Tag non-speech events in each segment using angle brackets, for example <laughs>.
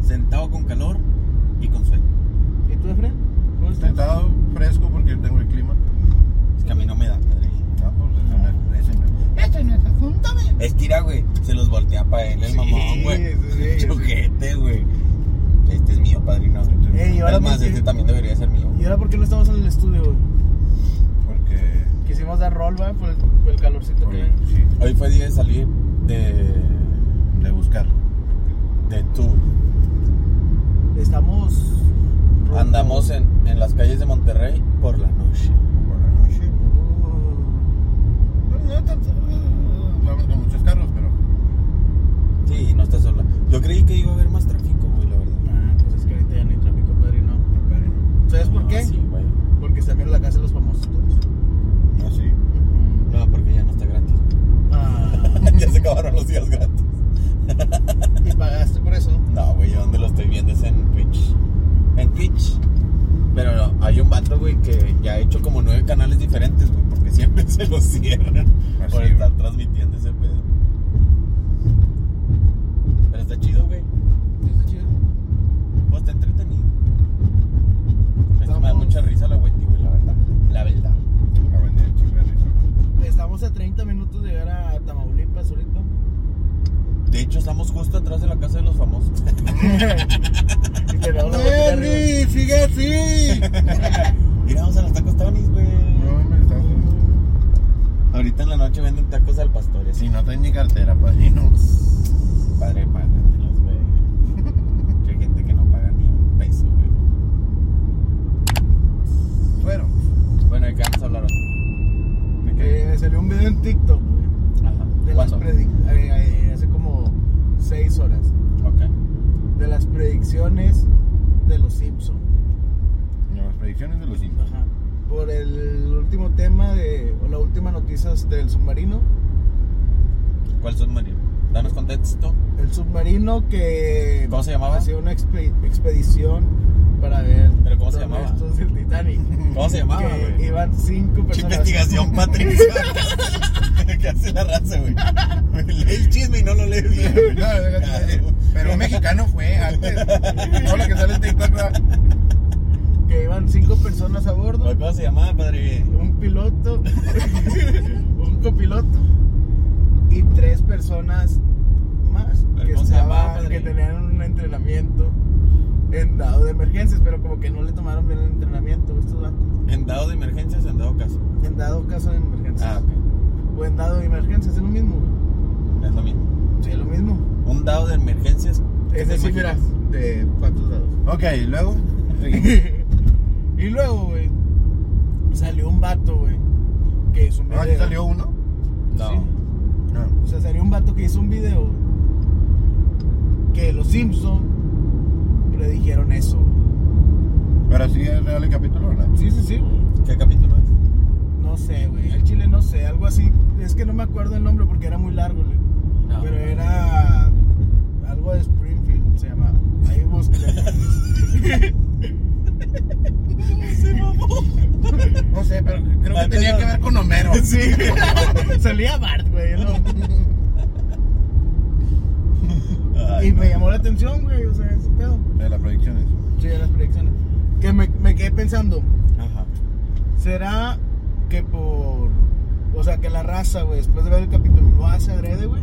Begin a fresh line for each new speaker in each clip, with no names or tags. sentado con calor y con sueño.
¿Y tú, Efraín? ¿Cómo estás?
Sentado fresco porque tengo el clima.
Es que a mí no me da, padre.
Ah, pues eso me- ese me-
Esto no es asunto de...
Es que mira, güey, se los voltea para él el
Sí,
mamón, güey.
eso sí, <laughs> eso sí.
Choquete, güey. Este es mío, padrino. güey.
Ey, ¿y ahora
es más,
por qué?
este también debería ser mío.
¿Y ahora por qué no estamos en el estudio, güey?
Porque.
Quisimos dar rol, va, por el, por el calorcito que
porque
hay.
sí,
Hoy fue día de salir de,
de buscar.
de tour.
Estamos.
Andamos en, en las calles de Monterrey por la noche.
Por la noche.
Uh,
No, no tanto. eh, Vamos con muchos carros, pero.
Sí, no está sola. Yo creí que iba a haber más tráfico, güey, la verdad.
nah, pues es que ahorita ya no hay tráfico, Ah, padrino.
acá no.
¿Sabes por
No,
qué?
Sí, güey.
Porque se abrió la casa de los famosos todos.
No, sí.
No, porque ya no está gratis. <laughs>
Ah,
ya se acabaron los días gratis.
<laughs> y pagaste por eso.
No, güey, yo donde lo estoy viendo es en Twitch. En Twitch. Pero no, hay un vato, güey, que ya ha hecho como nueve canales diferentes, güey, porque siempre <laughs> se los cierran
Ah,
por
sí,
estar transmitiendo ese pedo. Pero está chido, güey. Pues está entretenido. Es que me da
Estamos-
mucha risa la güey, güey, la verdad. La verdad.
La vendí en Chihuahua.
Estamos a 30 minutos de llegar a Tamaulipas <laughs> ahorita.
De hecho, estamos justo atrás de la casa de los famosos.
Y te damos la vuelta arriba.
<laughs>
sigue así!
Mira, vamos a los tacos Tony's, güey.
No, me estás.
Ahorita en la noche venden tacos al pastor, y así.
Si no tenés ni cartera, padrino.
Padre, págatelos,
<laughs>
güey. Que Hay gente que no paga ni un peso, güey.
Bueno,
Bueno, ¿de qué vamos a hablar hoy?
¿de qué?
Eh, me salió un video en TikTok, güey.
Ajá.
De las
¿Cuándo?
predic- eh, eh, hace como 6 horas.
Ok.
De las predicciones de los Simpsons.
Las predicciones de los Simpsons.
Ajá. Por el último tema de. O la última noticia del submarino.
¿Cuál submarino? Danos contexto.
El submarino que.
¿Cómo se llamaba?
Hacía una expe- expedición para ver.
¿Pero cómo se
los
llamaba?
restos del
<laughs>
Titanic.
¿Cómo se llamaba,
Que
güey?
Iban cinco
Mucha
personas. <laughs>
investigación, Patricia. <laughs> ¿Qué hace la raza, güey? <laughs> Lee el chisme y no lo lee bien. güey.
<laughs> <laughs> No,
<laughs>
déjate. Pero un mexicano fue antes. No, la que sale en TikTok. ¿verdad?
Que iban cinco personas a bordo.
¿Cómo se llamaba, padre?
un piloto, <laughs> un copiloto y tres personas más
Pero
que,
¿cómo se
estaban-
llamaba, padre?
que tenían un entrenamiento en dado de emergencias, pero como que no le tomaron bien el entrenamiento estos vatos.
¿En dado de emergencias o en dado caso?
En dado caso de emergencias.
Ah, ok.
O en dado de emergencias, es lo mismo. güey.
Es lo mismo.
Sí, es lo mismo.
Un dado de emergencias. ¿qué
Es
te
decir, mira,
imaginas?
de cuántos dados.
Ok, ¿y luego. Sí.
<laughs> y luego, güey, salió un vato, güey, que hizo un
No, aquí
video.
salió uno.
Ah, No.
Sí.
No.
O sea, sería un vato que hizo un video que los Simpson predijeron eso.
Pero sí es real el capítulo, ¿verdad?
Sí, sí, sí.
¿Qué capítulo es?
No sé, güey. Al chile no sé, algo así. Es que no me acuerdo el nombre porque era muy largo, güey.
No.
Pero era algo de Springfield, se llamaba. Ahí búsquenlo.
No sé, pero creo
Ah,
que tenía
entonces-
que ver
<laughs>
con Homero.
<laughs> sí. <laughs> Salía Bart, güey. ¿no?
Ay,
Y
Ah, no.
me llamó la atención, güey. O sea, ese pedo.
De las predicciones.
Sí, de las predicciones. Que me, me quedé pensando.
Ajá.
¿Será que por. O sea, que la raza, güey, después de ver el capítulo, lo hace adrede, güey?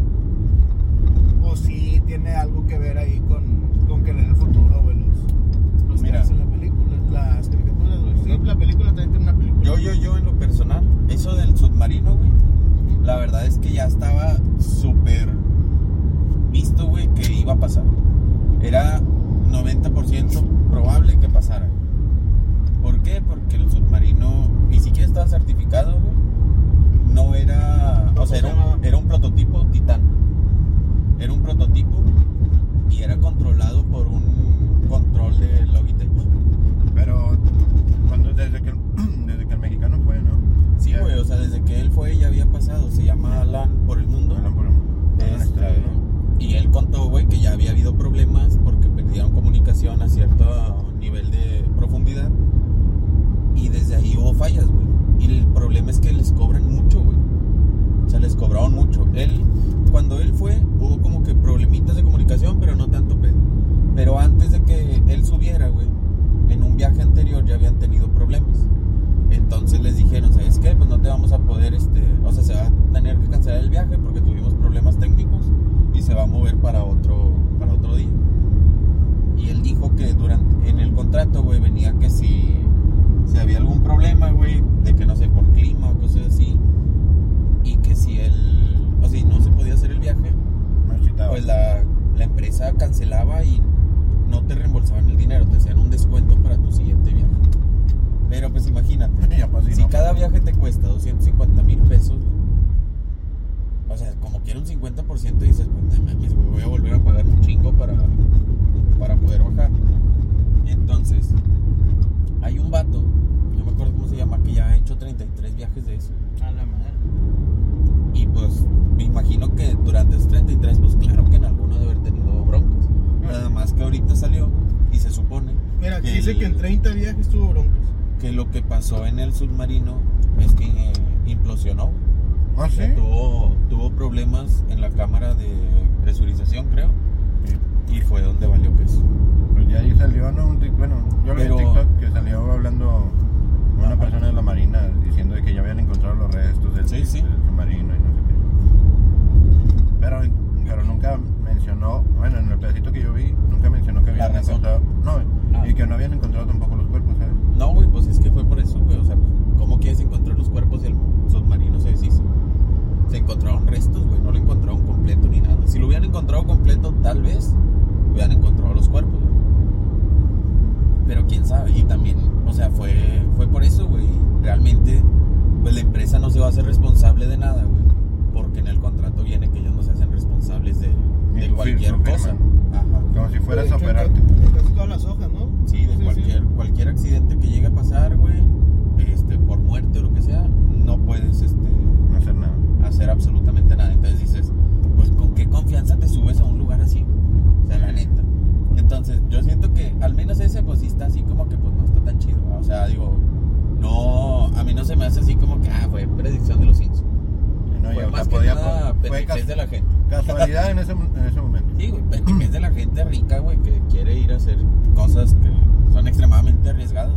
¿O sí tiene algo que ver ahí con, con querer el futuro, güey? Los, los
Mira.
que hacen la película, las caricaturas, güey. Pues Sí, la película también tiene una película.
Yo, yo, yo en lo personal, eso del submarino, güey, la verdad es que ya estaba súper visto, güey, que iba a pasar. Era 90% probable que pasara. ¿Por qué? Porque el submarino ni siquiera estaba certificado, güey. No era... O
¿Cómo se
sea, era un,
llamaba?
era un prototipo titán. Era un prototipo y era controlado por un control de Logitech.
Pero cuando, desde, que, desde que el <clears throat> mexicano fue, ¿no?
Sí, güey, o sea, desde que él fue ya había pasado. Se llama Alan por el mundo.
Hablan por un- por un
Este,
estrado, ¿no?
Y él contó, güey, que ya había habido problemas porque perdieron comunicación a cierto nivel de profundidad. Y desde ahí hubo fallas, güey. Y el problema es que les cobran mucho, güey. O sea, les cobraron mucho. Él, cuando él fue, hubo como que problemitas de comunicación, pero no tanto pedo. Pero antes Pues este, viaje porque tuvimos problemas técnicos y se va a mover para otro, para otro día. Y él dijo que durante, en el contrato, güey, venía que si, si había algún problema, güey, de que no sé, por clima o cosas así, y que si él, o sea, y no se podía hacer el viaje,
marchitado.
pues la, la empresa cancelaba y no te reembolsaban el dinero, te hacían un descuento para tu siguiente viaje. Pero pues imagínate,
<laughs> Ya, pues, sí,
si
no.
cada viaje te cuesta 250 mil pesos, o sea, como quiera un 50% dices, pues no mames, güey, voy a volver a pagar un chingo para, para poder bajar. Entonces, hay un vato, no me acuerdo cómo se llama, que ya ha hecho 33 viajes de eso.
A la madre.
Y pues me imagino que durante esos 33, pues claro que en alguno debe haber tenido broncos. Nada más que ahorita salió y se supone
Mira, aquí
Que
dice
el-
que en 30 viajes tuvo broncos.
que lo que pasó en el submarino es que eh, implosionó.
¿Ah,
O sea,
sí?
tuvo, tuvo problemas en la cámara de presurización, creo. Y fue donde valió queso.
Pues ya ahí salió, ¿no? Un tic- bueno, yo vi en
Pero-
TikTok que salió hablando una
Ajá.
persona de la Marina diciendo de que ya habían encontrado los restos del,
Sí, sí.
del submarino y no sé qué. Pero, pero nunca mencionó, bueno, en el pedacito que yo vi, nunca mencionó que
La
habían
razón.
encontrado, no,
Ah.
y que no habían encontrado tampoco los cuerpos, ¿sabes?
No, güey, pues es que fue por eso, güey. O sea, pues, ¿cómo quieres encontrar los cuerpos si el submarino se deshizo? Se encontraron restos, güey. No lo encontraron completo ni nada. Si lo hubieran encontrado completo, tal vez hubieran encontrado los cuerpos, güey. Pero quién sabe. Y también, o sea, fue, fue por eso, güey. Realmente, pues la empresa no se va a hacer responsable de nada, güey. Porque en el contrato viene que ellos no se hacen responsables de,
Ni
de
tu fir-
cualquier
tu firma.
cosa. Ajá.
Como si fueras
De
a
hecho,
operarte.
en casi todas las hojas, ¿no?
Sí, de cualquier, cualquier accidente que llegue a pasar, güey, este, por muerte o lo que sea, no puedes este,
No hacer nada.
hacer absolutamente nada. Entonces dices, pues con qué confianza te subes a un lugar así. O sea, la neta. Entonces yo siento que al menos ese pues sí está así como que pues no está tan chido. ¿va? O sea, digo, no, a mí no se me hace así como que, ah, fue predicción de los Simpsons.
Y no, y,
fue
o sea,
más
podía-
que nada
fue
pendejez
cas-
de la gente.
casualidad en ese, en
<laughs>
ese momento.
Sí, güey, pendejez de la gente rica, güey, que quiere ir a hacer cosas que son extremadamente arriesgadas.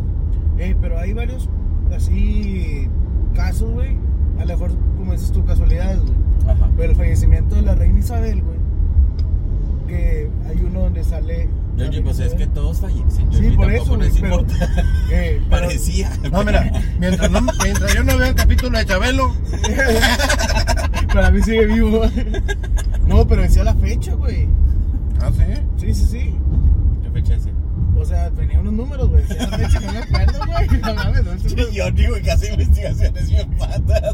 Ey, pero hay varios así casos, güey. A lo mejor, como dices tú, casualidades, güey.
Ajá.
Pero Pues el fallecimiento de la reina Isabel, güey. Que hay uno donde sale. la
Yo,
reina
pues es que
Isabel.
todos fallecen.
Sí,
Yoyi,
por
tampoco
eso,
no
güey,
es
pero- <laughs>
importante. <laughs>
Eh, pero- <laughs>
Parecía.
No, mira, mientras, no- mientras yo no vea el capítulo de Chabelo,
Para mí sigue vivo. <laughs> No, pero decía la fecha, güey.
ah, sí.
Sí, sí, sí.
¿Qué fecha es
O sea, tenía unos números, güey. Decía la fecha, no me acuerdo, güey. <laughs> No mames, no sé.
Yo digo que hace investigaciones bien patas.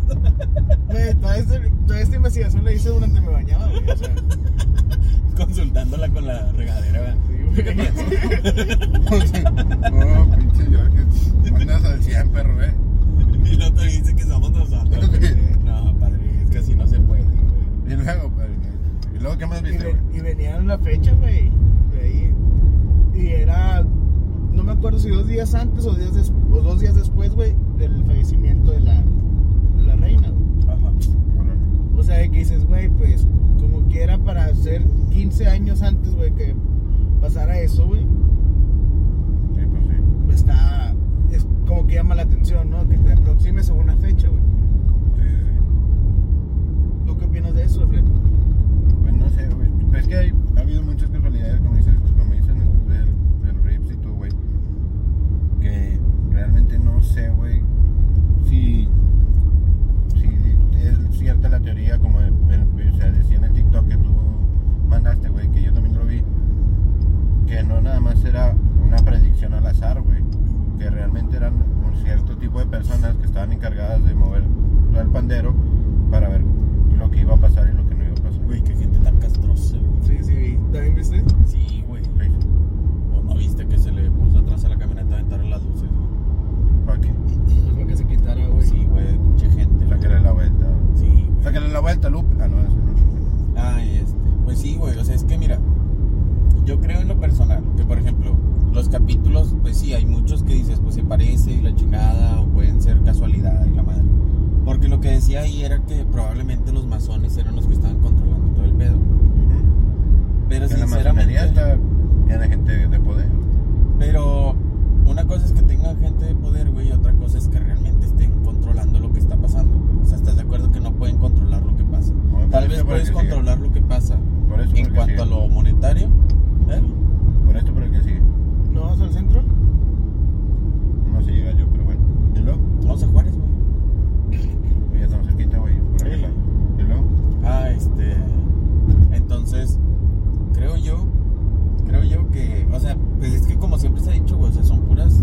Güey, toda, esta- toda esta investigación la hice durante me bañaba, güey. O sea, sí,
<laughs> Consultándola con la regadera. ¿verdad?
güey.
<laughs>
Oh, pinche York, andas al 100, perro, eh.
Y no te dice que somos nosotros. güey. No, padre, es que así no se puede. güey.
Y luego, padre, ¿y luego qué más
Y,
viste,
ve-
güey?
y venían la fecha, güey. De ahí. Y era. No me acuerdo si dos días antes o, días des- o dos días después, güey, del fallecimiento de la, de la reina, güey.
Ajá.
Órale.
O sea, de que dices, güey, pues como quiera para hacer 15 años antes, güey, que pasara eso, güey,
Sí, pues sí.
está. Es como que llama la atención, ¿no? Que te aproximes a una fecha, güey.
Sí, sí, sí.
¿Tú qué opinas de eso, Fred?
Pues no sé, güey. Pues es que hay, ha habido muchas casualidades, como dices, pues, como dicen el, el Rips y tú, güey. Que realmente no sé, güey, si, si es cierta la teoría, como el- el- o sea, decía en el TikTok que tú mandaste, güey, que yo también lo vi. Que no nada más era una predicción al azar, güey. que realmente eran un cierto tipo de personas que estaban encargadas de mover todo el pandero para ver lo que iba a pasar y lo que no iba a pasar.
Güey, qué gente tan castrosa, güey.
Sí, sí, ¿también viste?
Sí, güey.
Güey,
¿Vos no viste que se le puso atrás a la camioneta a aventar las luces, güey?
¿Para qué?
Pues para que se quitara, güey.
Sí, güey, mucha gente.
Sáquele la vuelta.
Sí, güey.
Sáquele la vuelta, Lupe. Ah, no, eso no.
Ay, este. Pues sí, güey. O sea, es que mira, yo creo en lo personal que, por ejemplo, los capítulos, pues sí, hay muchos que dices, pues se parece y la chingada, o pueden ser casualidad y la madre. Porque lo que decía ahí era que probablemente los masones eran los que estaban controlando todo el pedo.
Ujú.
Pero
Que la masonería
sinceramente.
está llena de gente de poder.
Pero una cosa es que tengan gente de poder, güey, y otra cosa es que realmente estén controlando lo que está pasando. O sea, ¿estás de acuerdo que no pueden controlar lo que pasa?
Obvio.
¿eh?
Pues
Ah, este, sea, pues es que como siempre se ha dicho, güey, o sea, son puras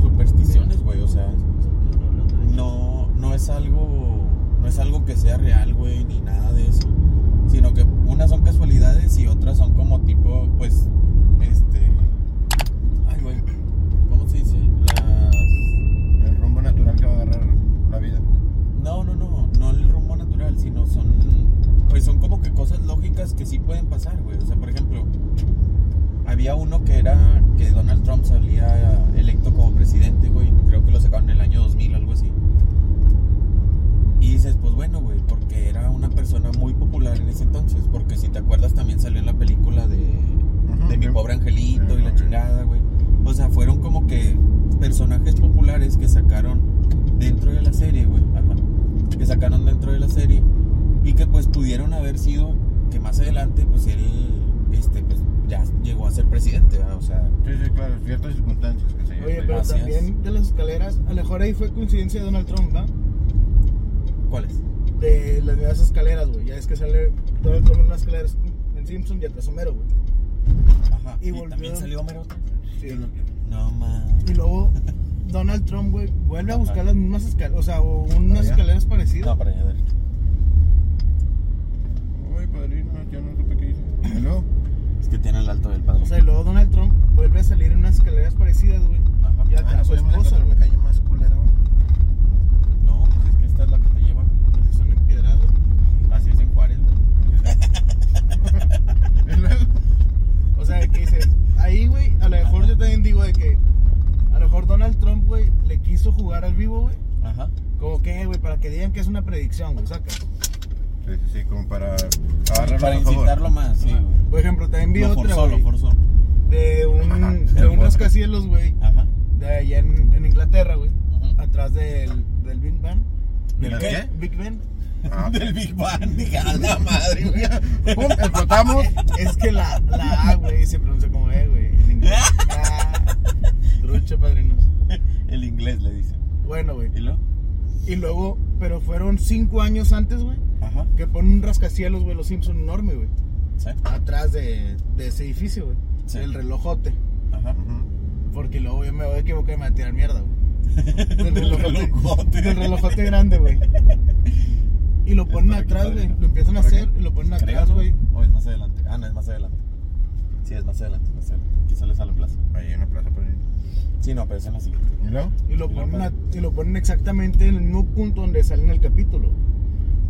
supersticiones, güey, o sea, no, no es algo, no es algo que sea real, güey, ni nada de eso, sino que unas son casualidades y otras son como tipo, pues, este, ay, güey, ¿cómo se dice? Las
El rumbo natural que va a agarrar la vida.
no, no, no, no el rumbo natural, sino son, pues son como que cosas lógicas que sí pueden pasar, güey. O sea, por ejemplo, había uno que era que Donald Trump salía electo como presidente, güey. Creo que lo sacaron en el año 2000, algo así. Y dices, pues bueno, güey, porque era una persona muy popular en ese entonces. Porque si te acuerdas, también salió en la película de,
Ujú,
de mi
sí.
pobre angelito y la
Ajá.
chingada, güey. O sea, fueron como que personajes populares que sacaron dentro de la serie, güey. Ajá. Que sacaron dentro de la serie y que pues pudieron haber sido que más adelante pues él este pues ya llegó a ser presidente, ¿verdad? o sea,
Sí, sí, claro, ciertas circunstancias que se
Oye, pero
Así
también
es.
de las escaleras, a lo mejor ahí fue coincidencia de Donald Trump, ¿va?
¿cuál es?
De las nuevas escaleras, güey. Ya es que sale Donald Trump en unas escaleras en Simpson y atrás Homero, güey.
Ajá.
Y
Y,
volvió-
también salió Homero.
Sí.
No man.
Y luego Donald Trump, güey, vuelve a buscar
Ajá.
las mismas escaleras, o sea, o unas
Allá.
escaleras parecidas.
No, para añadir.
Uy, padrino, yo no supe qué hice. ¿Y luego?
Es que tiene el alto del padre.
O sea, y luego Donald Trump vuelve a salir en unas escaleras parecidas, güey.
Ajá.
Ya
Ah,
atrás su
podemos
esposa,
encontrar
güey.
una calle más culera, güey.
No, pues es que esta es la que te lleva.
Pues son empiedrados.
Así es en Juárez. güey.
¿Y luego?
O sea, que dices, ahí, güey, a lo mejor
Ajá.
yo también digo de que a lo mejor Donald Trump, güey, le quiso jugar al vivo, güey.
Ajá.
Como que, güey, para que digan que es una predicción, güey, saca.
Sí, sí, sí, como para agarrarlo
Para
a favor.
incitarlo más, sí. güey.
Por ejemplo, también vi
Lo
otra,
forzó, lo
güey,
forzó.
de un, de
El
un
forzó.
rascacielos, güey,
Ajá.
de allá en, en Inglaterra, güey,
Ajá.
atrás del, del Big Ben.
¿Del qué?
Big
<laughs>
Ben.
Ah,
Del Big Bang, dije, a la madre, güey.
¡Pum! ¡Explotamos!
Es que la, la A, güey, se pronuncia como E, güey, en
<laughs>
inglés. Ah, trucho, padrinos.
<laughs> El inglés le dice.
Bueno, güey.
¿Y lo?
Y luego, pero fueron cinco años antes, güey,
Ajá.
que ponen un rascacielos, güey, los Simpson enorme, güey.
Sí.
Atrás de, de ese edificio, güey.
Sí.
El relojote.
<laughs> Ajá.
Ujú.
Porque luego yo me voy a equivocar y me voy a tirar mierda, güey. Del relojote.
relojote.
Del relojote grande, güey. Y lo
Es
ponen
para aquí,
atrás, güey.
padrino.
Lo empiezan a
¿Para
hacer
qué?
y lo ponen
Creo,
atrás,
¿no?
güey.
O es más adelante. Ah, no, es más adelante. Sí, es más adelante, es más adelante. Aquí sales a la plaza.
Ahí hay una plaza por ahí.
Sí, no, pero es en la siguiente.
¿Y luego?
Y lo,
Y lo
ponen
ponen.
a- y lo ponen exactamente en el mismo punto donde sale en el capítulo.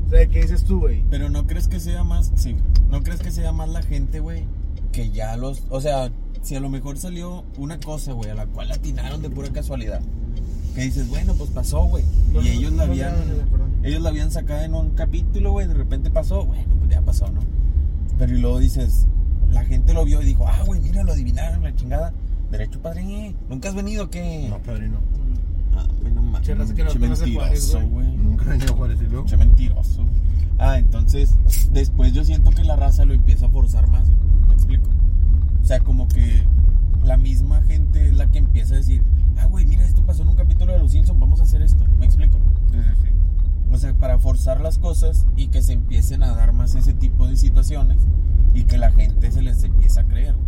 O sea, ¿qué dices tú, güey?
Pero no crees que sea más, sí, no crees que sea más la gente, güey, que ya los, o sea, si a lo mejor salió una cosa, güey, a la cual atinaron de pura casualidad. Que dices, bueno, pues pasó, güey.
No,
y
no,
ellos la
no, no,
habían,
no, no, perdón.
ellos la habían sacado en un capítulo, güey, de repente pasó, bueno, pues ya pasó, ¿no? Pero y luego dices, la gente lo vio y dijo, ah, güey, mira, lo adivinaron, la chingada. Derecho, padre, ¿nunca has venido o qué?
No, padrino.
Ah, güey, no mames.
Che, raza que no
Che,
conoce Juárez,
mentiroso, güey.
Nunca he venido a Juárez. ¿Y luego?
Che mentiroso. güey. Ah, entonces, después yo siento que la raza lo empieza a forzar más. güey. ¿Me explico? O sea, como que la misma gente es la que empieza a decir, ah, güey, mira, esto pasó en un capítulo de Los Simpsons, vamos a hacer esto. ¿Me explico?
Sí, sí, sí.
O sea, para forzar las cosas y que se empiecen a dar más ese tipo de situaciones y que la gente se les empieza a creer. güey.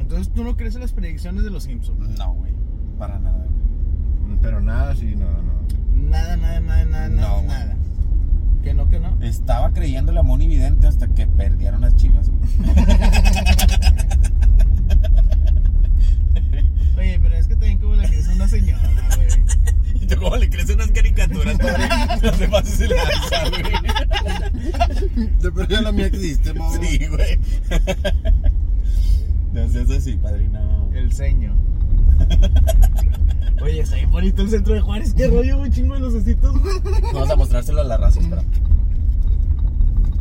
Entonces, ¿tú no crees en las predicciones de los Simpsons?
No, güey, para nada. güey.
Pero nada, sí, no, no.
Nada, nada, nada, nada, nada,
No, güey.
nada. ¿Que no, que no?
Estaba creyéndole a Moni Vidente hasta que perdieron las chivas. güey.
Oye, pero es que también como la que es una señora, güey.
<laughs> ¿Y tú cómo le crees unas caricaturas, padre? <laughs> No te pases el lanza, güey.
Te perdí la mía que diste,
Sí, güey. <laughs> No seas así, padrino.
El
<laughs>
ceño. Oye, está bien bonito el centro de Juárez. ¿Qué rollo, güey? Chingo de los ositos, güey.
Vamos a mostrárselo a la raza, espera.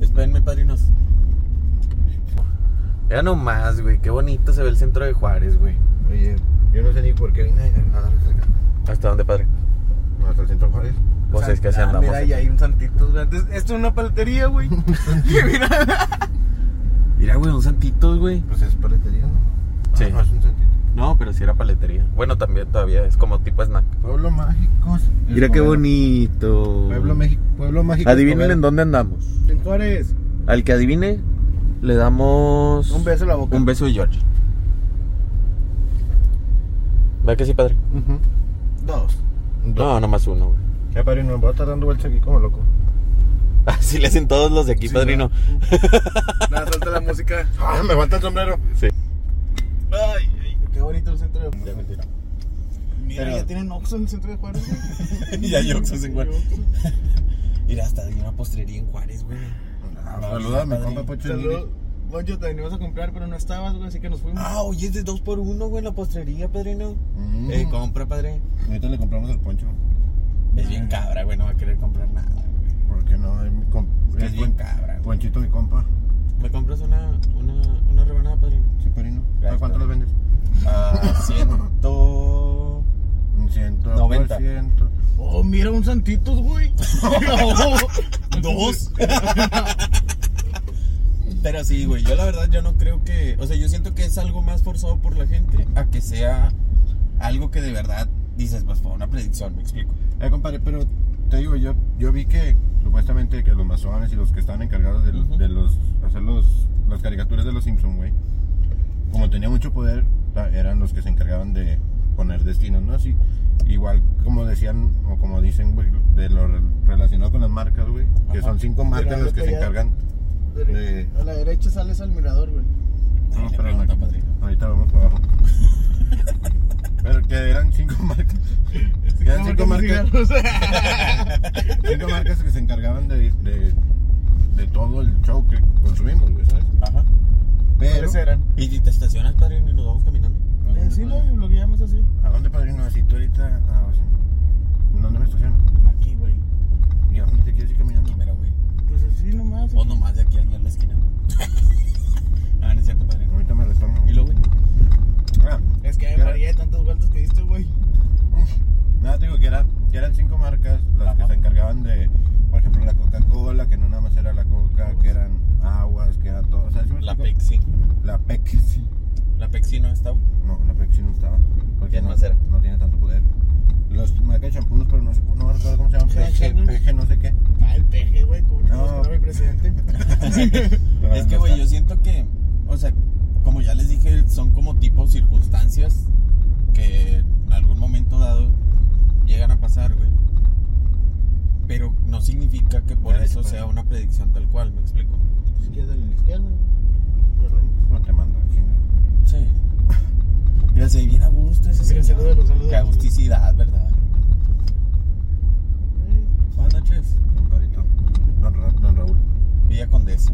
Espérenme, padrinos. Era nomás, güey. Qué bonito se ve el centro de Juárez, güey.
Oye, yo no sé ni por qué vine a darles acá.
¿Hasta dónde, padre?
No, hasta el centro de Juárez.
Pues es que así
Ah,
andamos.
Mira, y hay un santito, güey. Antes- Esto es una paletería, <laughs> güey.
Mira, güey, un santitos, güey.
Pues es paletería, ¿no?
Sí.
Ah, no, es un sentido.
No, pero sí era paletería. Bueno, también todavía es como tipo snack.
Pueblo mágico. Escobedo.
bonito.
Pueblo, México, pueblo mágico.
Adivinen en
Escobedo.
dónde andamos.
En Juárez.
Al que adivine, le damos
Un beso en la boca.
un beso de George.
¿Verdad que sí, padre?
Dos.
No, nomás uno, güey.
Ya, padrino, voy a estar dando vueltas aquí como loco.
<laughs> Así le hacen todos los de aquí,
Sí,
padrino.
Nada, suelta la música.
Ah, me falta el sombrero.
Ay, ay. Qué bonito el centro de Juárez. Mira,
Pero-
ya tienen Oxxo en el centro de Juárez. güey.
Ya hay Oxxos en Juárez.
<laughs> Ya hay Oxxos.
Mira, hasta hay una postrería en Juárez, güey.
Ah, Saludame,
padre.
compa Pocho.
Salud. Poncho, te venimos a comprar, pero no estabas, güey, así que nos fuimos.
Ah, oye, es de 2 por 1 güey, la postrería, padrino.
Mm.
Eh, compra, padre.
Ahorita le compramos el poncho.
Es bien cabra, güey, no va a querer comprar nada, güey.
Porque no, es mi compa.
Es bien cabra, güey.
Ponchito, mi compa.
¿Me compras una, una, una rebanada, padrino?
Sí, padrino. ¿A
Gracias,
cuánto los vendes?
A
Ah, <laughs>
100.
Un ciento.
Noventa.
por ciento.
Oh, mira, un Santitos, güey. <laughs>
Dos. Pero sí, güey, yo la verdad yo no creo que, o sea, yo siento que es algo más forzado por la gente a que sea algo que de verdad dices, pues fue una predicción, me explico.
Eh, compadre, pero te digo, yo, yo vi que supuestamente que los masones y los que están encargados de,
Ujú.
de los hacer los, las caricaturas de los Simpson, güey, como tenía mucho poder, ta- eran los que se encargaban de poner destinos, ¿no? Así, igual como decían o como dicen, güey, de lo re- relacionado con las marcas, güey, que
Ajá.
son cinco marcas
Mira,
las que
ahorita
se
ya-
encargan.
Dere-
De-
A la derecha sales al mirador, güey.
Dale,
No, pero no.
pregunta, padrino.
Ahorita vamos para
<laughs>
abajo. pero que eran cinco <laughs> marcas.
Este
que eran cinco marcas. Cinco marcas que se encargaban de, de, de todo el show que consumimos, güey, ¿sabes?
Ajá.
Pero,
¿Cuáles eran?
Y si te estacionas, padrino, y nos vamos caminando.
¿a dónde,
<laughs> Eh, sí,
padrino?
lo, lo guiamos así.
¿A dónde, padrino? Si tú ahorita... ah, o sea, ¿en ¿Dónde me estaciono?
Aquí, güey.
¿Y a dónde te quieres ir caminando?
Mira, güey.
Pues así nomás.
O nomás de aquí, aquí en la esquina. <laughs> no, no es cierto, padrino.
Ahorita me retorno.
¿Y luego, güey?
Ah,
Es que
que
me
era-
maría de tantas vueltas que diste, güey.
nada, te digo que, era- que eran cinco marcas las que
Ajá.
se encargaban de... Por ejemplo, la Coca-Cola, que no nada más era la Coca, que eran aguas, que era todo. O sea, ¿sí me
La
explico?
Pepsi.
La Pepsi. <laughs> sí.
La Pepsi no estaba.
No, la Pepsi no estaba. Porque
¿Quién
no,
más era?
No tiene tanto poder. Los marca de champús, pero no sé, no recuerdo cómo se llaman.
Peje,
Peje,
¿no?
peje, no sé qué.
Ah, el peje, güey. Como
No.
no. mi presidente.
<laughs>
Ah,
Es que, güey, yo siento que, o sea, como ya les dije, son como tipo circunstancias que en algún momento dado llegan a pasar, güey. Pero no significa que por
Derecho,
eso
padre.
sea una predicción tal cual, ¿me explico?
Si quieres, dale a la izquierda, güey.
No te mando al chingado.
Sí. <laughs> Mira, se ve bien a gusto ese
Mira,
señor.
salúdalo, salúdalo.
Qué agusticidad, ¿verdad? Buenas noches.
Compadrito. Don, Ra- don Raúl.
Villa Condesa.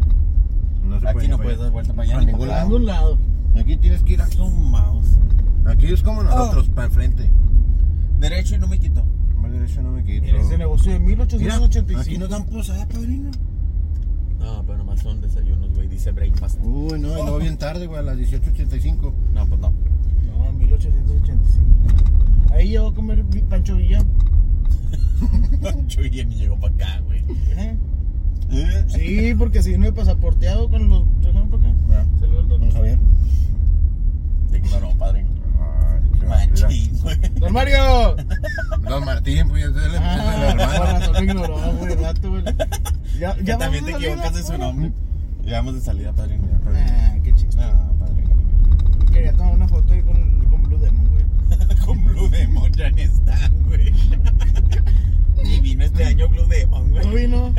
No se puede
Aquí
ni
no
pa'
puedes
allá.
dar vuelta para allá.
A
ni
ningún
para
A
acá.
un lado.
Aquí tienes que ir. a-
Su mouse.
Aquí es como nosotros, para enfrente.
Derecho y no me quito.
Más derecho no me quito.
Eres de negocio de
Mira,
1885.
aquí nos dan posada, padrino.
No, pero nomás son desayunos, güey. Dice breakfast.
Uy, no, y luego bien tarde, güey, a las 18.85.
No, pues no. <laughs>
No, 1885. Ahí llegó a comer mi Pancho Villa.
Pancho Villa ni llegó para acá, güey.
¿Eh?
¿Eh?
Sí, porque si no he pasaporteado con los trajeron para acá.
Ah,
Saludos al
Don
don.
Javier.
Te ignoró, padre.
Ay, chaval,
Machín, <laughs> güey.
¡Don Mario!
mira. Don Martín, pues ya se le empieza la
Ah,
hermana.
con razón me ignoró, güey, rato, güey. Ya,
Que también te equivocas de su nombre. Ya vamos de salida, padre.
Ah, qué chiste.
No, padre. <laughs>
Quería tomar una foto ahí con, con Blue Demon, güey.
Con Blue Demon ya no están, güey. <laughs> Y vino este año Blue Demon,
¿No
güey. <laughs>
vino?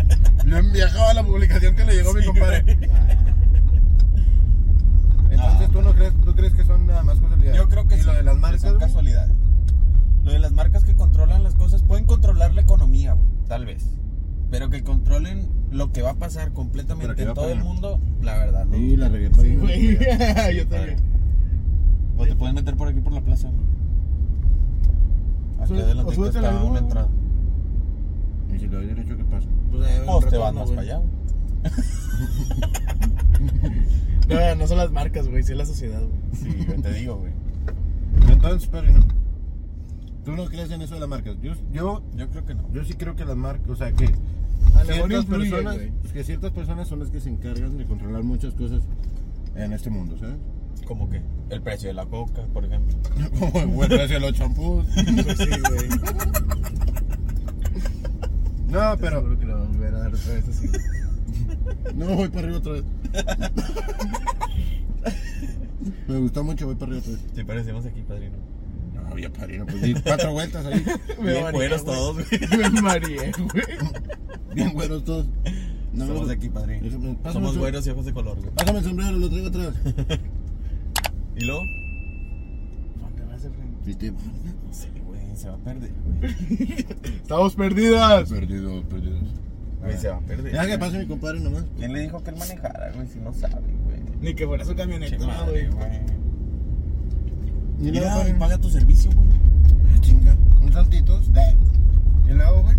Lo enviajaba a la publicación que le llegó a mi
Sí,
compadre.
güey.
Ah,
Entonces
No.
tú no crees, tú crees que son nada más casualidades.
Yo creo que
y
sí,
lo de las
que
marcas,
son
güey?
casualidades. Lo de las marcas que controlan las cosas pueden controlar la economía, güey, tal vez. Pero que controlen lo que va a pasar
Pero
completamente
que
en
va a
todo el
pasar.
mundo, la verdad, no.
Sí, la regué
Sí,
padrino.
güey. <laughs> Yo también.
O te pueden meter por aquí por la plaza. güey. Aquí
Sube- o
adelantito
súbete a la
está
grúa,
una
güey.
entrada.
Y si le doy derecho, ¿qué pasa?
Pues, ahí
Pues te
retorno,
vas más
güey.
para allá. güey.
No, no son las marcas, güey, sí es la sociedad, güey.
Sí, yo te digo, güey.
Entonces, padrino, tú no crees en eso de las marcas. Yo, yo,
Yo creo que no.
yo sí creo que las marcas, o sea, que
A lo mejor
ciertas,
influye,
personas,
güey.
que ciertas personas son las que se encargan de controlar muchas cosas en este mundo, ¿sabes?
Como que el precio de la coca, por ejemplo.
<laughs> Como el buen precio de los champús.
Pues sí, güey.
<laughs>
No,
Pero.
pero
Seguro que lo va a volver a dar otra vez así.
<laughs> no voy para
<laughs>
arriba otra vez. Me gustó mucho, voy para arriba otra vez.
Si parecemos aquí, padrino.
No, oye, padrino, pues di cuatro vueltas ahí.
Me
Bien
mareé,
güeros
güey.
todos,
<laughs>
güey.
Me mareé, güey.
Bien güeros todos. No,
Somos de aquí, padrino.
Déjame- pásame
Somos
el-
güeros y ojos de color, güey.
Pásame el sombrero, lo traigo atrás.
¿Y luego?
¿Dónde vas, Efraín?
Viste,
No sé, güey, se va a perder, güey.
Estamos perdidas.
perdidos, perdidos.
Güey, se va a perder.
Deja que pase mi compadre nomás.
¿Quién le dijo que él manejara, güey? Si no sabe, güey.
Ni que fuera su
Che
camioneta,
madre,
güey.
güey.
Y luego,
Mira,
padre,
paga tu servicio, güey.
chinga. Un saltitos. Y luego, güey.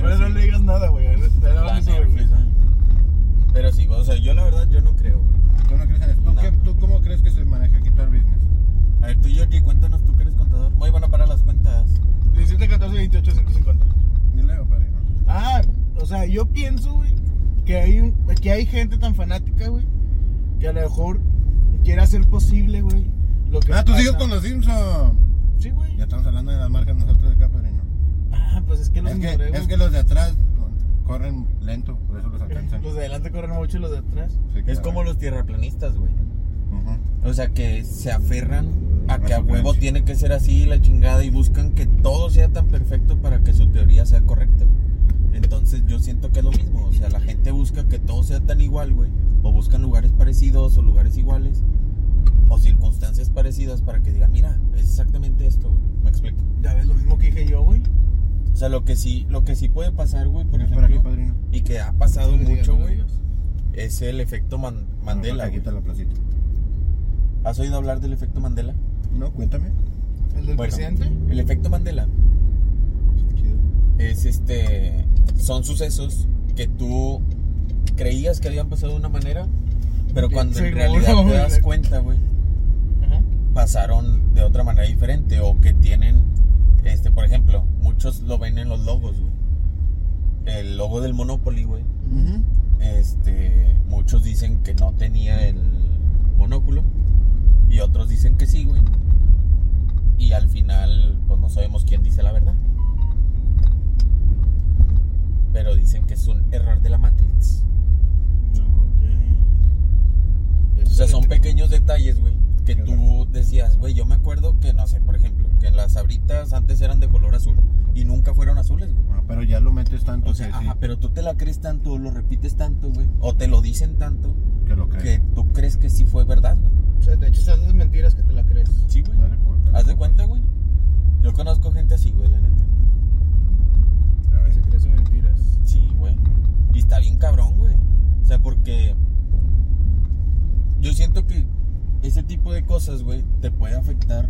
Por eso no le digas nada, güey. Ahora te la
La
vamos a ver, güey.
Netflix, ¿eh? Ah, Pero sí, o sea, yo la verdad, yo no creo, güey.
¿Tú no crees en eso? ¿Tú,
No.
qué- tú cómo crees que se maneja aquí todo el business?
A ver, tú, Jordi, cuéntanos, tú que eres contador. Muy bueno para las cuentas.
17, 14, 28, 150.
Y luego, padre, ¿no?
Ah, o sea, yo pienso, güey, que hay, un- que hay gente tan fanática, güey, que a lo mejor quiere hacer posible, güey, lo que.
Ah, tú
pasa.
sigues con los Simpsons.
Sí, güey.
Ya estamos hablando de las marcas nosotros de acá, padrino.
Ah, pues es que los
Es que,
ignoré,
es
güey.
que los de atrás corren lento, por eso los alcanzan.
Los de adelante corren mucho y los de atrás.
Sí,
Es
claro.
como los tierraplanistas, güey.
Ujú.
O sea, que se aferran a
A
que a
su
huevo
creencia.
tiene que ser así la chingada y buscan que todo sea tan perfecto para que su teoría sea correcta. Entonces yo siento que es lo mismo. O sea, la gente busca que todo sea tan igual, güey. O buscan lugares parecidos o lugares iguales. O circunstancias parecidas para que digan, mira, es exactamente esto, güey. Me explico.
Ya ves, lo mismo que dije yo, güey.
O sea, lo que sí, lo que sí puede pasar, güey, por
Es por aquí,
ejemplo,
padrino.
y que ha pasado
No me digas,
mucho,
no me
güey,
digas.
es el efecto Man- Mandela.
No,
güey.
quita la placita.
¿Has oído hablar del efecto Mandela?
No, cuéntame.
¿El del
Bueno.
presidente?
El efecto Mandela es este son sucesos que tú creías que habían pasado de una manera, pero
Bien
cuando en
seguro,
realidad te
güey.
das cuenta, güey,
Ajá.
pasaron de otra manera diferente o que tienen este, por ejemplo, muchos lo ven en los logos, güey. El logo del Monopoly, güey. Este, muchos dicen que no tenía el monóculo y otros dicen que sí, güey. Y al final, pues no sabemos quién dice la verdad. Pero dicen que es un error de la Matrix. O sea, son pequeños detalles, güey, que tú decías, güey, yo me acuerdo que, no sé, por ejemplo, que las abritas antes eran de color azul y nunca fueron azules, güey.
Ah, pero ya lo metes tanto
O sea,
que, sí,
ajá, pero tú te la crees tanto, o lo repites tanto, güey, o te lo dicen tanto,
que lo
que
crees.
tú crees que sí fue verdad, güey.
O sea, de hecho, esas mentiras que te la crees.
Sí, güey.
Dale, por- dale,
Haz de
por-
cuenta, güey. Yo conozco gente así, güey, la neta.
A
Que
ver.
se cree sus mentiras.
Sí, güey. Y está bien cabrón, güey. O sea, porque yo siento que ese tipo de cosas, güey, te puede afectar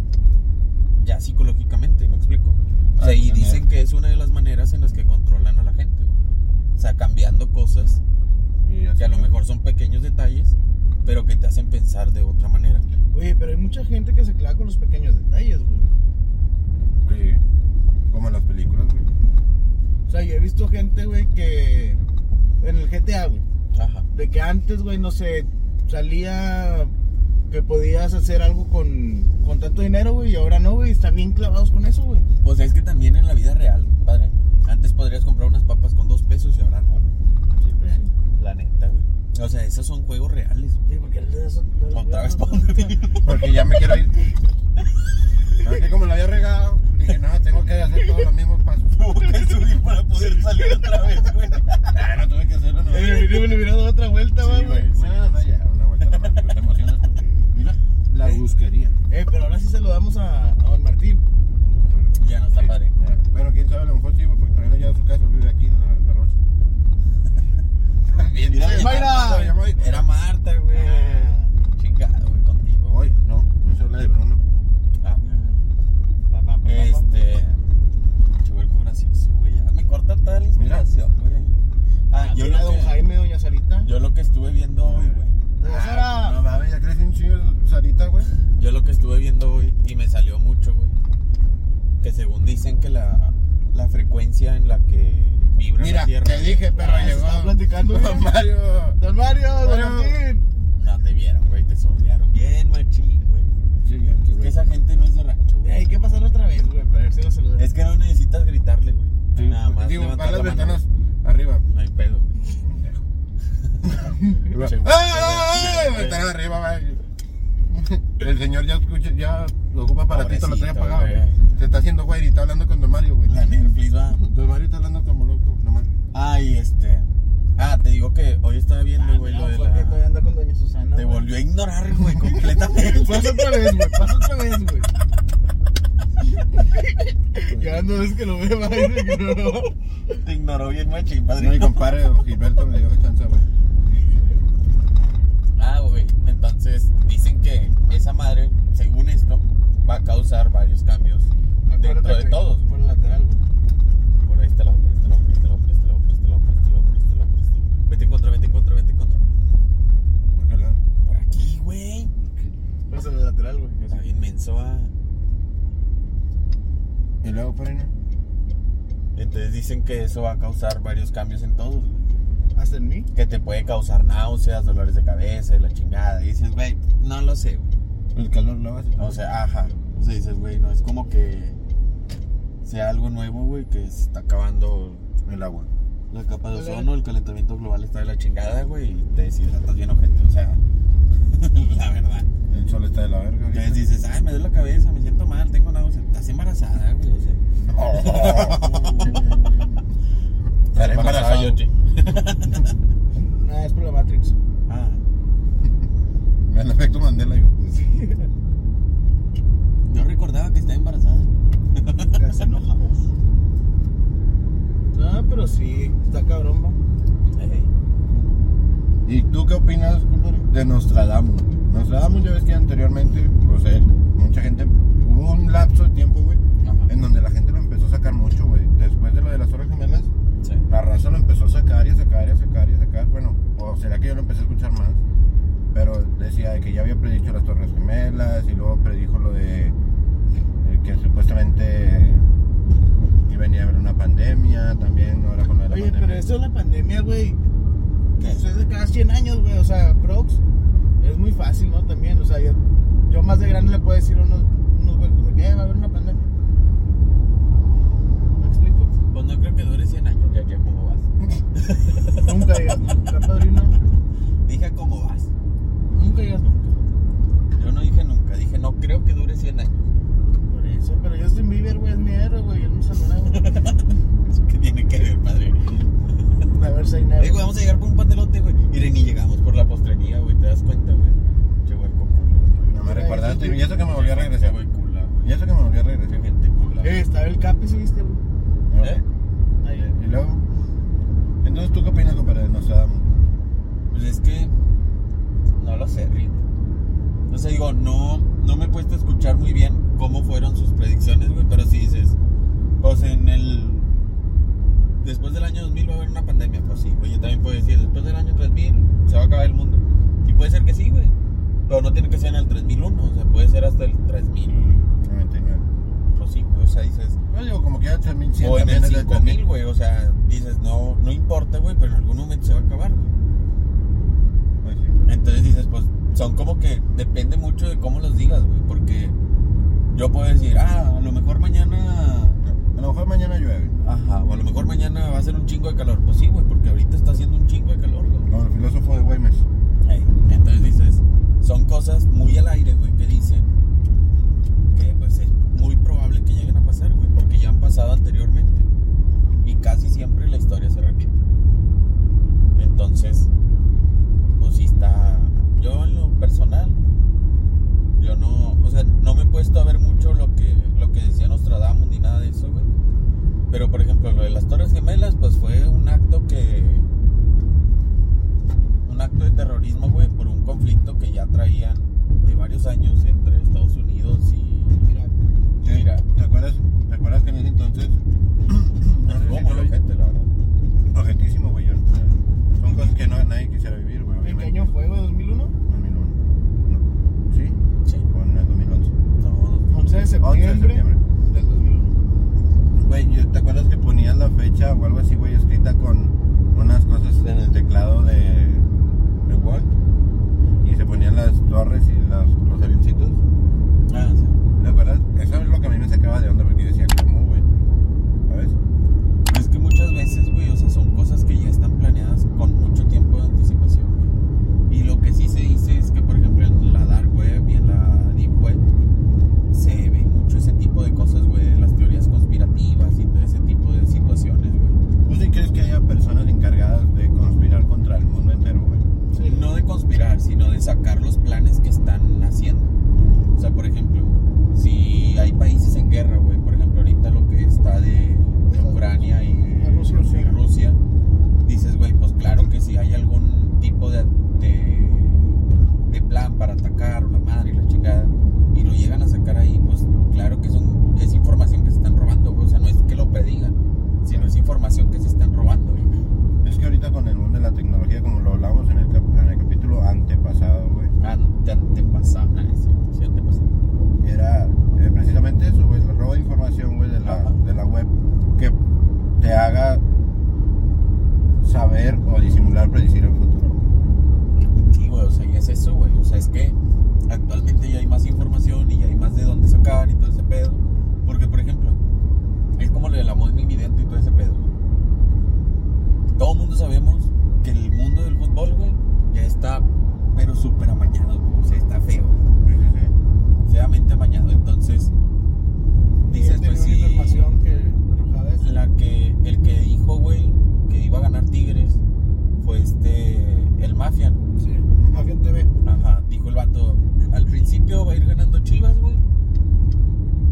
ya psicológicamente, me explico. O sea,
Ah,
y
también.
dicen que es una de las maneras en las que controlan a la gente, güey. O sea, cambiando cosas
Y así
que a lo
no.
mejor son pequeños detalles, pero que te hacen pensar de otra manera.
Oye, pero hay mucha gente que se clava con los pequeños detalles, güey.
Sí. Como en las películas, güey.
O sea, yo he visto gente, güey, que. En el GTA, güey.
Ajá.
De que antes, güey, no sé, salía que podías hacer algo con, con tanto dinero, güey, y ahora no, güey, están bien clavados con eso, güey.
Pues es que también en la vida real, padre. Antes podrías comprar unas papas con dos pesos y ahora no, güey. pues La neta, güey. O sea, esos son juegos reales. güey.
Sí, porque le das-
Otra vez, ¿pa' dónde te-
Porque ya me
<laughs>
quiero ir. Así como lo había regado, dije, no, tengo que hacer todos los mismos
<laughs>
pasos.
Tuvo que subir para poder salir otra vez, güey.
Ah, no tuve que hacerlo,
<laughs>
no.
Eh, yo me le hubiera dado otra vuelta,
Sí,
va, güey.
güey. No, no, ya, una vuelta nomás, pero Te emocionas tú. Mira, la busquería.
Eh, pero ahora sí se lo damos a, a Don Martín.
Ya no está padre.
Ya. Bueno, quién sabe, a lo mejor sí, güey, porque todavía no llega a su casa, vive aquí en la, en la Rocha. Bien,
Mira,
sí,
Mayra.
ya voy.
Ah. Era Marta, güey.
Ah.
Chingado, güey, contigo.
Hoy, no, no se habla de Bruno.
Ah,
Pa, pa, pa, pa,
este. Chuberco gracioso, güey. Ya me corta toda la inspiración, güey.
pa.
Ah, yo
Mira,
lo,
Don
que,
Jaime, Doña Sarita.
yo Ah, lo que estuve viendo hoy, güey.
Doña Sara.
Ah, No mames, ya crees un chido Sarita, güey.
Yo lo que estuve viendo hoy y me salió mucho, güey. Que según dicen que la, la frecuencia en la que vibra
Mira,
la Tierra.
te dije, perro,
Ah, se
llegó.
estaba platicando, güey.
Mario.
Don Mario, Don
Mario.
Martín.
No te vieron, güey, te sondearon bien machín, güey.
Sí, aquí,
Es que
güey.
esa gente no es de rancho,
Eh, Hay
güey.
que pasarlo otra vez, güey, para ver si lo saludan.
Es que no necesitas gritarle, güey.
Sí,
Nada más
Digo,
levantar
para las
la mano.
ventanas arriba.
No hay pedo, güey.
Arriba.
<laughs> Che, güey.
<laughs> ¡Ay, ay, ay! Ventana arriba, güey. El señor señor ya, escucha- ya lo ocupa para ti, te lo trae
Pobrecito,
apagado.
güey.
Se está haciendo güey y está hablando con Don Mario, güey.
La Netflix va.
<laughs> Don Mario está hablando como loco, nomás.
Ay, este. Ah, te digo que hoy estaba
Ah,
viendo, güey, lo de
fue que Ah, todavía
la.
anda con Doña Susana.
Te
güey. <laughs>
volvió a ignorar, güey, <laughs> completamente.
<laughs>
Pasa otra vez, güey. Pasa otra vez,
<laughs>
güey. Ya no es que lo veo, <laughs> madre, que no, no.
Te ignoró bien, machín,
No, mi
padrino.
compadre don Gilberto le dio chance, güey.
Ah, güey. Entonces, dicen que esa madre, según esto, va a causar varios cambios dentro
Acuérdate
de
que
todos.
Por el lateral, güey.
Por ahí está la por ahí está la por ahí está la por ahí está la por ahí está la por ahí está la por ahí está la por ahí está la Vete en contra, vete en contra, vete en contra.
Porque la-
Por aquí, güey.
Por el lateral, güey.
Está bien menso, ah.
Y luego, padrino.
Entonces dicen que eso va a causar varios cambios en todos, güey.
¿Hasta en mí?
Que te puede causar náuseas, dolores de cabeza, y la chingada. Y dices, güey, no lo sé, güey.
El calor lo hace.
O sea, ajá. O sea, dices, güey, no es como que sea algo nuevo, güey, que se está acabando
El agua.
la capa de
Hola.
ozono, el calentamiento global está de la chingada, güey, y te deshidratas bien ojete, o sea, <laughs> la verdad.
El sol está de la verga. ahorita.
Entonces dices, ay, me duele la cabeza, me siento mal, tengo náusea. Estás embarazada, güey, o sea.
Oh. <laughs> Estaré embarazado.
yo, chi.
Nada, es por la <laughs> Matrix.
Ah,
El efecto Mandela, digo.
yo recordaba que estaba embarazada.
Casi enojamos. Ah, pero sí. Está cabrón, va.
Ey.
¿Y tú qué opinas, compadre, de Nostradamus? Nostradamus, ya ves que anteriormente, o sea, mucha gente, hubo un lapso de tiempo, güey,
Ajá.
en donde la gente lo empezó a sacar mucho, güey. Después de lo de las horas gemelas,
Sí.
la raza lo empezó a sacar y a sacar y a sacar y a sacar. Bueno, o será que yo lo empecé a escuchar más, pero decía de que ya había predicho las torres gemelas y luego predijo lo de eh, que supuestamente iba a venir a haber una pandemia también, ahora con lo de la
Oye,
pandemia.
pero eso es la pandemia, güey. Eso es de cada 100 años, güey. O sea, Prox es muy fácil, ¿no? También, o sea, yo, yo más de grande le puedo decir a unos, unos güeyes pues, de que "Eh, va a haber una pandemia. ¿Me explico?
Pues no creo que dure 100 años, ya, ya, ¿cómo vas?
Nunca digas nunca, padrino.
Dije, ¿cómo vas?
Nunca digas nunca.
Yo no dije nunca, dije, no creo que dure 100 años. <laughs>
Por eso, pero Justin Bieber, güey, es mi héroe, güey. Él me salvará,
<laughs>
güey.
¿Qué tiene que ver, padre?
Never say
Eh,
never.
güey, vamos a llegar por un patelote, güey. Miren, ni llegamos por la postrería, güey, ¿te das cuenta, güey? Che, güey, coco.
No me recordaste, y eso que me volví a regresar, güey.
güey, cula, güey.
Y eso que me volví a regresar.
Qué gente cula.
Eh, estaba el Capi, ¿sí viste, güey?
güey. ¿Eh?
Ahí.
Y luego, entonces tú qué opinas, compadre, de Nostradamus?
Pues es que no lo sé, Rit. O sea, digo, no, no me he puesto a escuchar muy bien cómo fueron sus predicciones, güey, pero si dices, pues en el... Después del año 2000 va a haber una pandemia, pues sí, güey, yo también puedo decir, después del año 3000 se va a acabar el mundo. Y puede ser que sí, güey, pero no tiene que ser en el 3001, o sea, puede ser hasta el 3000,
99.
pues sí, güey, o sea, dices...
Yo digo, como que ya 3100
o en el
también es de
5000, güey, o sea, dices, no, no importa, güey, pero en algún momento se va a acabar, güey.
Pues sí.
Entonces dices, pues son como que depende mucho de cómo los digas, güey. Porque yo puedo decir, ah, a lo mejor mañana.
A lo mejor mañana llueve.
Ajá, o a lo mejor mañana va a ser un chingo de calor. Pues sí, güey, porque ahorita está haciendo un chingo de calor, güey.
Como el filósofo de Güemes.
Ey, Entonces dices, son cosas muy al aire, güey, que dicen que pues es muy probable que lleguen a pasar, güey, porque ya han pasado anteriormente. Y casi siempre la historia se repite. Entonces, pues sí está. Yo en lo personal, yo no. O sea, no me he puesto a ver mucho lo que, lo que decía Nostradamus ni nada de eso, güey. Pero por ejemplo, lo de las Torres Gemelas, pues fue un acto que un acto de terrorismo, güey, por un conflicto que ya traían de varios años entre Estados Unidos y
Mira,
Sí,
Mira.
¿Te acuerdas, ¿Te acuerdas que en ese entonces... <clears throat> no sé si
¿Cómo
tú
lo
lo
gente, la verdad.
Objetísimo, güey. yo- Son cosas que no, nadie quisiera vivir, güey.
¿en qué
obviamente.
año fue, güey? ¿2001?
2001. No. Sí.
Sí.
Bueno, en el 2011.
No,
11 de
11
septiembre,
de septiembre.
del 2001.
Güey, yo- ¿te acuerdas que ponías la fecha o algo así, güey, escrita con unas cosas en el teclado de, de Word? Y se ponían las torres y las- los avioncitos.
ah, sí.
¿Te acuerdas? Eso es lo que a mí me sacaba de onda porque yo decía, ¿cómo, güey? ¿Sabes?
Es que muchas veces, güey, o sea, son cosas que ya están planeadas con mucho tiempo de anticipación, güey. Y lo que sí se dice es que, por ejemplo, en la Dark Web y en la Deep Web, pues si hay algún tipo de, de, de plan para atacar o la madre y la chingada, y lo llegan a sacar ahí, pues claro que son, es información que se están robando, güey. O sea, no es que lo predigan, sino es información que se están robando, güey.
Es que ahorita con el mundo de la tecnología, como lo hablamos en el, cap- en el capítulo antepasado, güey,
Ante, antepasado, ah, sí, sí, antepasado.
era eh, precisamente eso, güey, el robo de información, güey, de la,
Ajá.
de la web, que te haga saber o disimular predecir el futuro. güey.
Sí, güey, o sea, y es eso, güey. O sea, es que actualmente ya hay más información y ya hay más de dónde sacar y todo ese pedo. Porque, por ejemplo, es como lo de la moda invidente y todo ese pedo, güey. Todo el mundo sabemos que el mundo del fútbol, güey, ya está, pero súper amañado, güey. O sea, está feo,
Sí, sí, sí.
feamente amañado. Entonces, dices,
tenía una
pues sí.
información que arrojaba eso.
La que, el que dijo, güey, que iba a ganar Tigres fue este, el Mafian.
Sí. Mafian TV.
Ajá, dijo el vato. Al principio va a ir ganando Chivas, güey.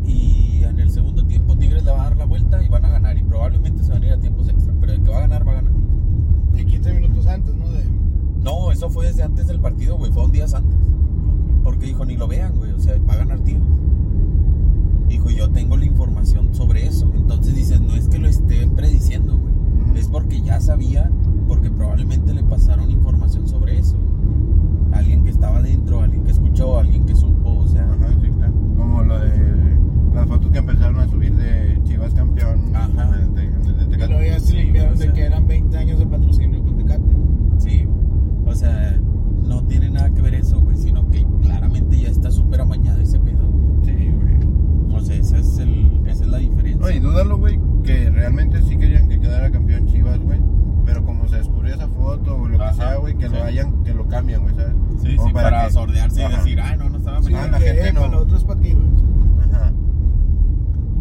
Y en el segundo tiempo Tigres le va a dar la vuelta y van a ganar. Y probablemente se van a ir a tiempos extra. Pero el que va a ganar, va a ganar.
Y 15 minutos antes, ¿no? De...
No, eso fue desde antes del partido, güey. Fue un día antes. Porque dijo, ni lo vean, güey. O sea, va a ganar Tigres. Dijo, yo tengo la información sobre eso. Entonces dices, no es que lo esté prediciendo, güey.
Ujú.
Es porque ya sabía, porque probablemente le pasaron información sobre eso. Alguien que estaba dentro, alguien que escuchó, alguien que supo, o sea.
Ajá, sí, claro. Como lo de las fotos que empezaron a subir de Chivas campeón.
Ajá.
de- de- de- de-
Pero ya se
Sí,
limpiaron
o sea.
de que eran 20 años de patrocinio con Tecate.
Sí, o sea, no tiene nada que ver eso, güey, sino que claramente ya está súper amañado ese pedo. güey.
Sí, güey.
O sea, esa es, el, esa es la diferencia.
Oye, dúdalo, güey, que realmente sí querían que quedara campeón Chivas, güey. Pero como se descubrió esa foto o lo que
Ajá,
sea, güey, que
sí.
lo hayan, que lo cambian, güey, ¿sabes?
sí,
o
sí, para,
para que-
sordearse y
Ajá.
decir, ah, no, no estaba
Sí,
Sí,
amañado.
ah, la
que,
gente
eh,
no.
Para otros partidos.
Ajá.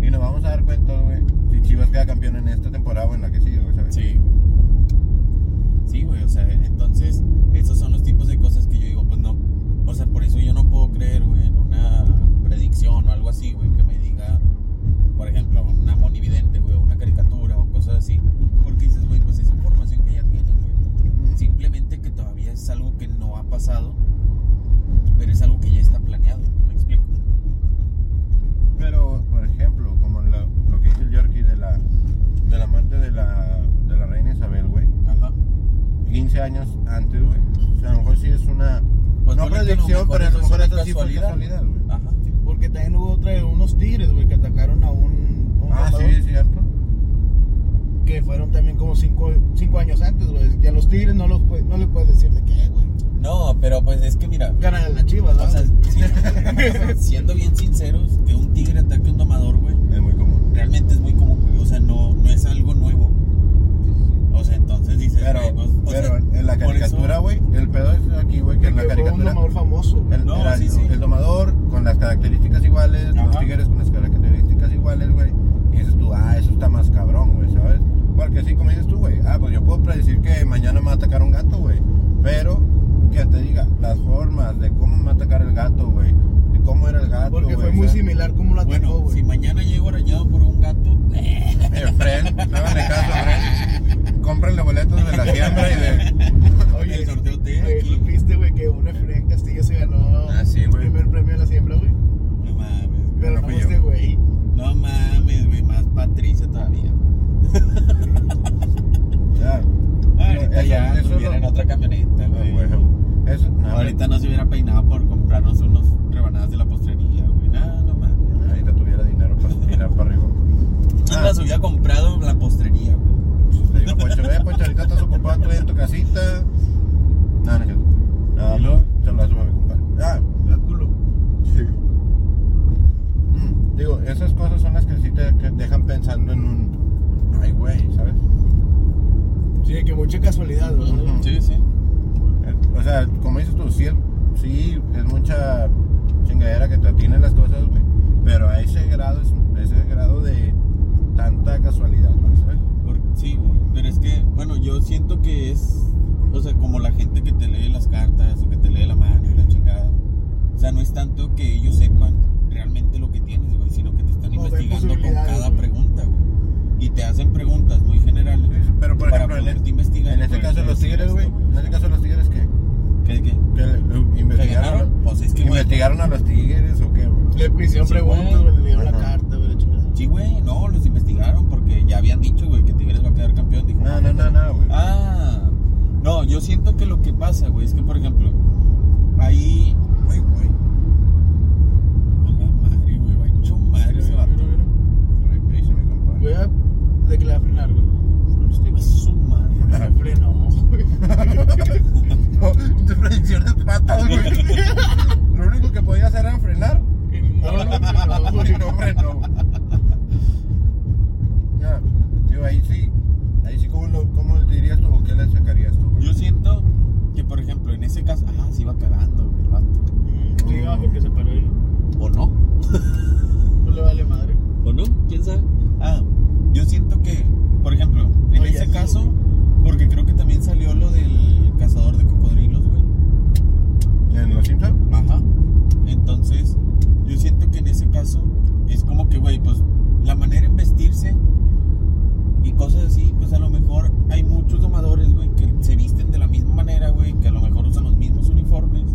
Y nos vamos a dar cuenta, güey, si Chivas queda campeón en esta temporada o en la que sigue, güey, ¿sabes?
Sí. Sí, güey, o sea, entonces, esos son los tipos de cosas que yo digo, pues no. O sea, por eso yo no puedo creer, güey, en una predicción o algo así, güey, que me diga, por ejemplo, una monividente, güey, o una caricatura o cosas así. Porque dices, güey, pues es información que ya tienen, güey.
Ujú.
Simplemente que todavía es algo que no ha pasado, pero es algo que ya está planeado, ¿me explico?
Pero, por ejemplo, como lo, lo que hizo el Yorkie de la, de la muerte de la, de la reina Isabel, güey.
Ajá.
15 años antes, güey. O sea, a lo mejor sí es una. no
ponle que
predicción, pero a
eso
lo
es
mejor
una
eso sí fue casualidad, güey.
Ajá.
Porque también hubo otra de unos tigres, güey, que atacaron a un. a un
Ah, sí,
jugador
es cierto.
Que fueron también como 5 cinco, cinco años antes, güey. Y a los tigres no, los, pue- no les puedes decir de qué, güey.
No, pero pues es que mira,
Ganan a las chivas, ¿no?
O sea, sí, <laughs> siendo bien sinceros, que un tigre ataque a un domador, güey,
Es muy común.
realmente es muy común, güey. O sea, no, no es algo nuevo. O sea, entonces dices,
Pero,
güey, pues, o
Eh, pero
sea,
en la
por
caricatura,
eso-
güey, el pedo es aquí, güey, que
que
en la
fue un
caricatura.
domador famoso, güey.
El,
No,
era
sí,
el-
sí.
el domador con las características iguales, los
Ajá.
tigres con las características iguales, güey. Y dices tú, ah, eso está más cabrón, güey, ¿sabes? Porque así como dices tú, güey, ah, pues yo puedo predecir que mañana me va a atacar un gato, güey. Pero que te diga las formas de cómo me va a atacar el gato, güey. De cómo era el gato,
Porque fue
güey,
muy
¿sabes?
similar como lo atacó,
Bueno,
güey.
si mañana llego arañado por un gato, eh,
Eh, Fren, háganle caso a Fren. Cómprenle boletos de la siembra y de.
el sorteo de
Oye,
aquí.
supiste, güey, que un Efraín Castillo se ganó
Ah, sí,
el
güey.
primer premio de la siembra, güey.
No mames, güey.
Pero
no
no
fui
este,
yo.
güey.
No mames, güey. Más Patricia todavía.
Ya.
Ahorita
Eso-
ya
eso
nos viene en
no-
otra camioneta,
Ah,
güey.
güey. Eso, no,
Ahorita no se hubiera peinado por comprarnos unos rebanadas de la postrería, güey. No, no mames.
Ahorita tuviera dinero para <laughs> mirar para arriba. Ah.
No las hubiera comprado en la postrería, güey.
Le digo, Poncho, ve, Poncho, ahorita estás ocupado tú en tu casita. No, no es cierto. No,
¿Y luego?
se lo asumo a mi compadre. Ah,
La culo.
sí. Mm, digo, esas cosas son las que sí te que dejan pensando en un. Ay, güey, ¿sabes?
Sí, que mucha casualidad, güey.
Ujú.
Sí, sí.
Eh, O sea, como dices tú, sí, sí es mucha chingadera que te atienen las cosas, güey. Pero a ese grado, es, ese grado de tanta casualidad, güey, ¿sabes?
Por- sí, güey, pero es que, bueno, yo siento que es, o sea, como la gente que te lee las cartas o que te lee la mano y la chingada. O sea, no es tanto que ellos sepan realmente lo que tienes, güey, sino que te están
O ven
investigando con
posibilidades,
cada
güey.
pregunta, güey. Y te hacen preguntas muy generales
Pero por
para
ejemplo, en,
poderte
este-
investigar.
en
y
este
poderte
caso los
decir
tigres,
esto,
güey, este
Pues
Le hicieron
Sí,
preguntas,
güey.
güey, le dieron la
pues. Ajá.
carta, güey, la chingada.
Sí, güey, no, los investigaron porque ya habían dicho, güey, que Tigres va a quedar campeón. Dijo,
No, no, no, no, güey.
Ah, no, yo siento que lo que pasa, güey, es que, por ejemplo, ahí, güey, güey. A la madre, güey, va hecho madre ese
Mira, mira,
vato.
mira.
Trae prisa, mi compadre.
Voy a declarar frenar, güey. Los
A
tips.
su madre.
Me frenó, <laughs> güey.
<laughs> No, tus predicciones patas, güey. <laughs> Lo único que podía hacer era <laughs> frenar.
No, no, no,
No,
güey.
sí, no, hombre, no. Ya, digo, ahí sí. Ahí sí, ¿cómo, lo, cómo le dirías tú o qué le sacarías tú? güey?
Yo siento que, por ejemplo, en ese caso, ah, se iba cagando, güey, el vato.
Sí, va, porque se paró ahí.
¿O no?
No le vale madre.
¿O no? ¿Quién sabe? Ah, yo siento que, por ejemplo, en
Oye,
ese
sí,
caso, porque creo que también salió lo del cazador de cocodrilos, güey.
¿En los Simpsons?
Ajá. Entonces, yo siento que en ese caso es como que, güey, pues la manera en vestirse y cosas así, pues a lo mejor hay muchos domadores, güey, que se visten de la misma manera, güey, que a lo mejor usan los mismos uniformes,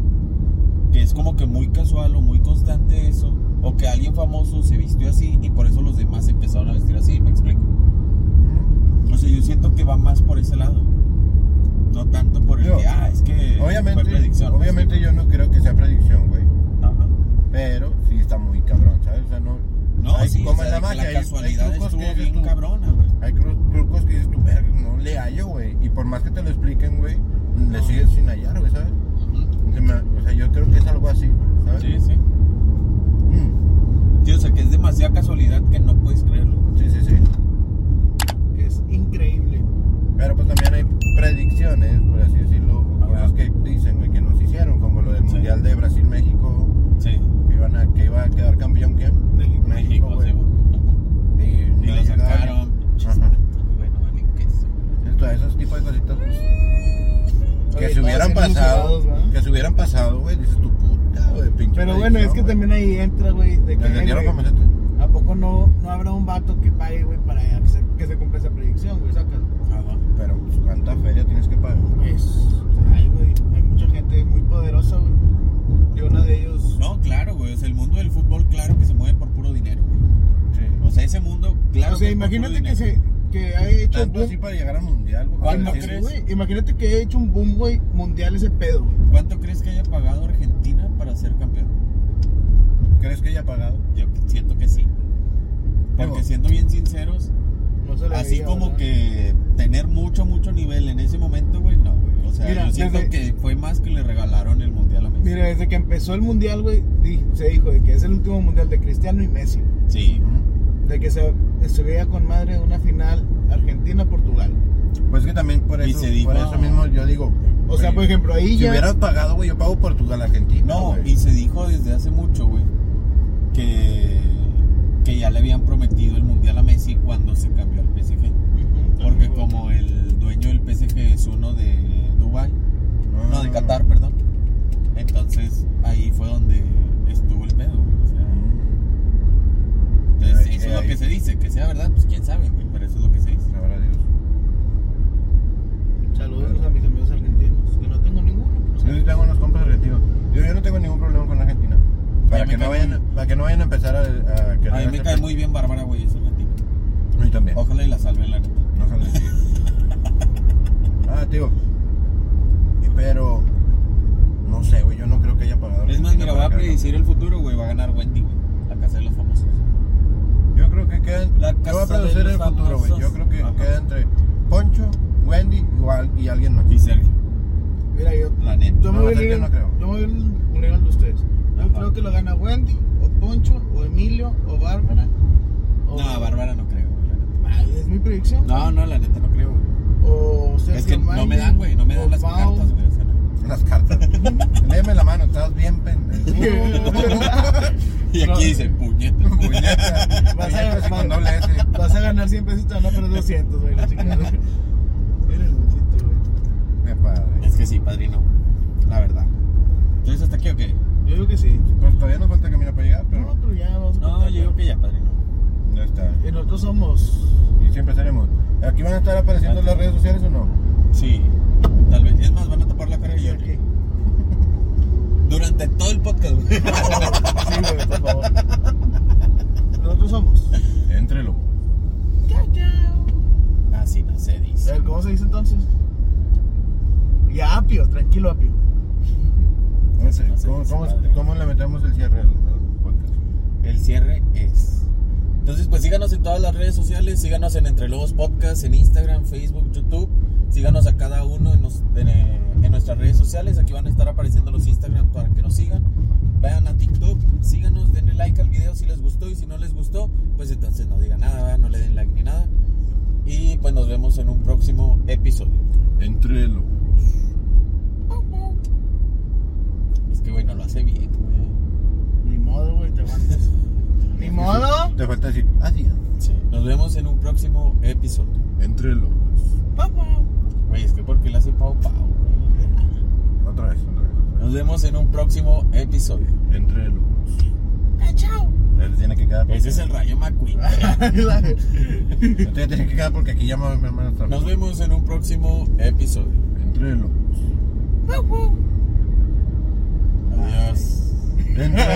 que es como que muy casual o muy constante eso, o que alguien famoso se vistió así y por eso los demás empezaron a vestir así, me explico. O sea, yo siento que va más por ese lado. No tanto por el
Yo,
que, ah, es que
Obviamente,
fue predicción. ¿no?
obviamente yo no creo que sea predicción, güey.
Ajá.
Pero sí está muy cabrón, ¿sabes? O sea, no.
No,
Ay,
sí,
como
o sea,
en la
de que
magia, hay-
la
hay
casualidad
trucos que
estuvo
dices
bien
tú.
cabrona, güey.
Hay cru- trucos que dices tú, verga, no le hallo, güey. Y por más que te lo expliquen, güey, le sigues sin hallar, güey, ¿sabes? Se me- o sea, yo creo que es algo así, güey, ¿sabes?
Sí, sí.
Mm,
Sí, o sea, que es demasiada casualidad que no puedes creerlo.
sí, sí, sí.
Es increíble.
Pero pues también hay predicciones, por así decirlo, o
Ajá.
cosas que dicen, güey, que nos hicieron, como lo del
Sí.
Mundial de Brasil-México,
Sí.
que, iban a- que iba a quedar campeón, ¿quién?
México.
México,
güey.
sí, güey.
Y,
Y
no
lo
llegaron.
sacaron.
Ajá.
Bueno, vale, qué sé, güey.
Entonces, esos tipos de cositas, pues,
Oye,
que se hubieran
todos bien
pasado,
ilusionados, ¿verdad?
que se hubieran pasado, güey, dices tu puta, güey, pinche
Pero bueno, es que también ahí entra, güey, de que,
Le
güey,
camiseta.
¿a poco no, no habrá un vato que pague, güey, para que se, que se cumpla esa predicción, güey? Sacas.
Ajá.
Pero, pues, ¿cuánta feria tienes que pagar?
Pues, ay, güey, hay mucha gente muy poderosa, güey. Y uno de ellos,
No, claro, güey. O sea, el mundo del fútbol, claro que se mueve por puro dinero, güey. O sea, ese mundo, claro.
o sea,
que es por puro
imagínate que
dinero.
se, que haya hecho un
Tanto
boom,
así para llegar al mundial, güey.
pues,
¿Cuál
para
no
decir,
crees?
güey, imagínate que haya hecho un boom, güey, mundial ese pedo, güey.
¿Cuánto crees que haya pagado Argentina para ser campeón?
¿Crees que haya pagado?
Yo siento que sí. Porque
Digo,
siendo bien sinceros,
No se le
Así
veía,
como
¿verdad?
que tener mucho, mucho nivel en ese momento, güey, no, güey. O sea,
Mira,
yo siento
desde-
que fue más que le regalaron el mundial a Messi.
Mira, desde que empezó el mundial, güey, di- se dijo de que es el último mundial de Cristiano y Messi.
Sí,
De que se, se veía con madre una final Argentina-Portugal.
Pues que también por
Y
eso,
se dijo- "Ah".
por eso mismo yo digo.
O sea, por
güey,
ejemplo, ahí
Si
ya.
hubieras pagado, güey, yo pago Portugal Argentina.
pues, no,
güey.
y se dijo desde hace mucho, güey, que, que ya le habían prometido el mundial a Messi cuando se cambió al PSG.
Ujú,
Porque
también, güey.
como el dueño del PSG es uno de Dubai, no,
Ah.
de Qatar, perdón. Entonces ahí fue donde estuvo el pedo, güey. O sea,
Mm,
entonces,
Ahí,
eso es lo
ahí.
que se dice, que sea verdad, pues quién sabe, güey, pero eso es lo que se dice.
sabrá Dios.
Saludos a mis amigos argentinos, que no tengo ninguno.
Yo sí tengo unos compas argentinos. Yo, yo no tengo ningún problema con Argentina. Para
me
que, no
cae
vayan, a- para que no vayan a empezar a, a querer
A mí me
hacer-
cae muy bien Bárbara, güey, es argentina.
A mí también.
Ojalá y la salven, la neta.
No jala,
<laughs>
sí. ah, tío. Y Pero. No sé, güey. Yo no creo que haya pagado.
Es más,
Argentina
mira, voy
para
a
que-
predecir el futuro, güey. Va a ganar Wendy, güey. La casa de los famosos.
Yo creo que quedan.
La
Yo voy a
casa de
producir
los
el futuro, güey. Yo
famosos.
creo que
Ajá.
queda entre Poncho, Wendy igual, y alguien más.
Y Sergio,
Mira, yo.
la neta.
Yo me
No,
voy a
Sergio
unir,
no creo.
yo me voy a unir al de ustedes. Yo
Ajá.
creo que lo gana Wendy, o Poncho, o Emilio, o Bárbara. O...
No, Bárbara no creo, güey. la neta.
Ay, Es mi predicción.
No, no, la neta no creo, güey.
O Sergio
Es que no me
Mayer,
dan, güey. No me
o
dan las
Pau.
cartas, güey. O sea, no.
Las
<laughs>
cartas. Léeme la mano, estás bien pendejo.
Y
No.
aquí dice, puñeta.
Puñeta.
<laughs> Vas a-
<laughs>
Puñetas y con
vas-
doble S.
Vas a ganar 100 pesos y te van a perder 200, güey. La
<laughs>
chingada. Eres un chito, güey.
Qué padre.
Es que sí, padrino. La verdad. Entonces, ¿hasta aquí o qué?
Yo digo que sí.
Pues todavía nos falta camino para llegar,
No,
pero
pero ya vamos a
No,
cortar,
yo digo que ya, padrino.
ya está.
Y nosotros somos.
Y siempre estaremos. ¿Aquí van a estar apareciendo las redes sociales o no?
Sí, tal vez. Es más, van a tapar la cara de
Sí,
Jordi.
aquí.
Durante todo el podcast, güey. <laughs>
Sí, güey, por favor. Eh,
Entonces, pues síganos en todas las redes sociales, síganos en Entre Lobos Podcast, en Instagram, Facebook, YouTube. Síganos a cada uno en, nos- en, eh, en nuestras redes sociales. Aquí van a estar apareciendo los Instagram para que nos sigan. Vayan a TikTok, síganos, denle like al video si les gustó y si no les gustó, pues entonces no digan nada, ¿verdad? no le den like ni nada. Y pues nos vemos en un próximo episodio.
Entre los.
Es que, güey, no lo hace bien, güey.
Ni modo, güey, te aguantas. Ni modo.
Te falta decir, así.
Sí. Nos vemos en un próximo episodio.
Entre los.
<laughs> Papá.
Güey, es que porque le hace pau pau.
Otra vez, otra vez. otra
Nos vemos en un próximo episodio.
vez. Entre los.
Chao.
Él tiene que quedar.
Ese es el Rayo McQueen.
Usted tiene que quedar porque aquí llama mi hermano.
Nos vemos en un próximo episodio.
<laughs> Entre los.
Adiós.
Entre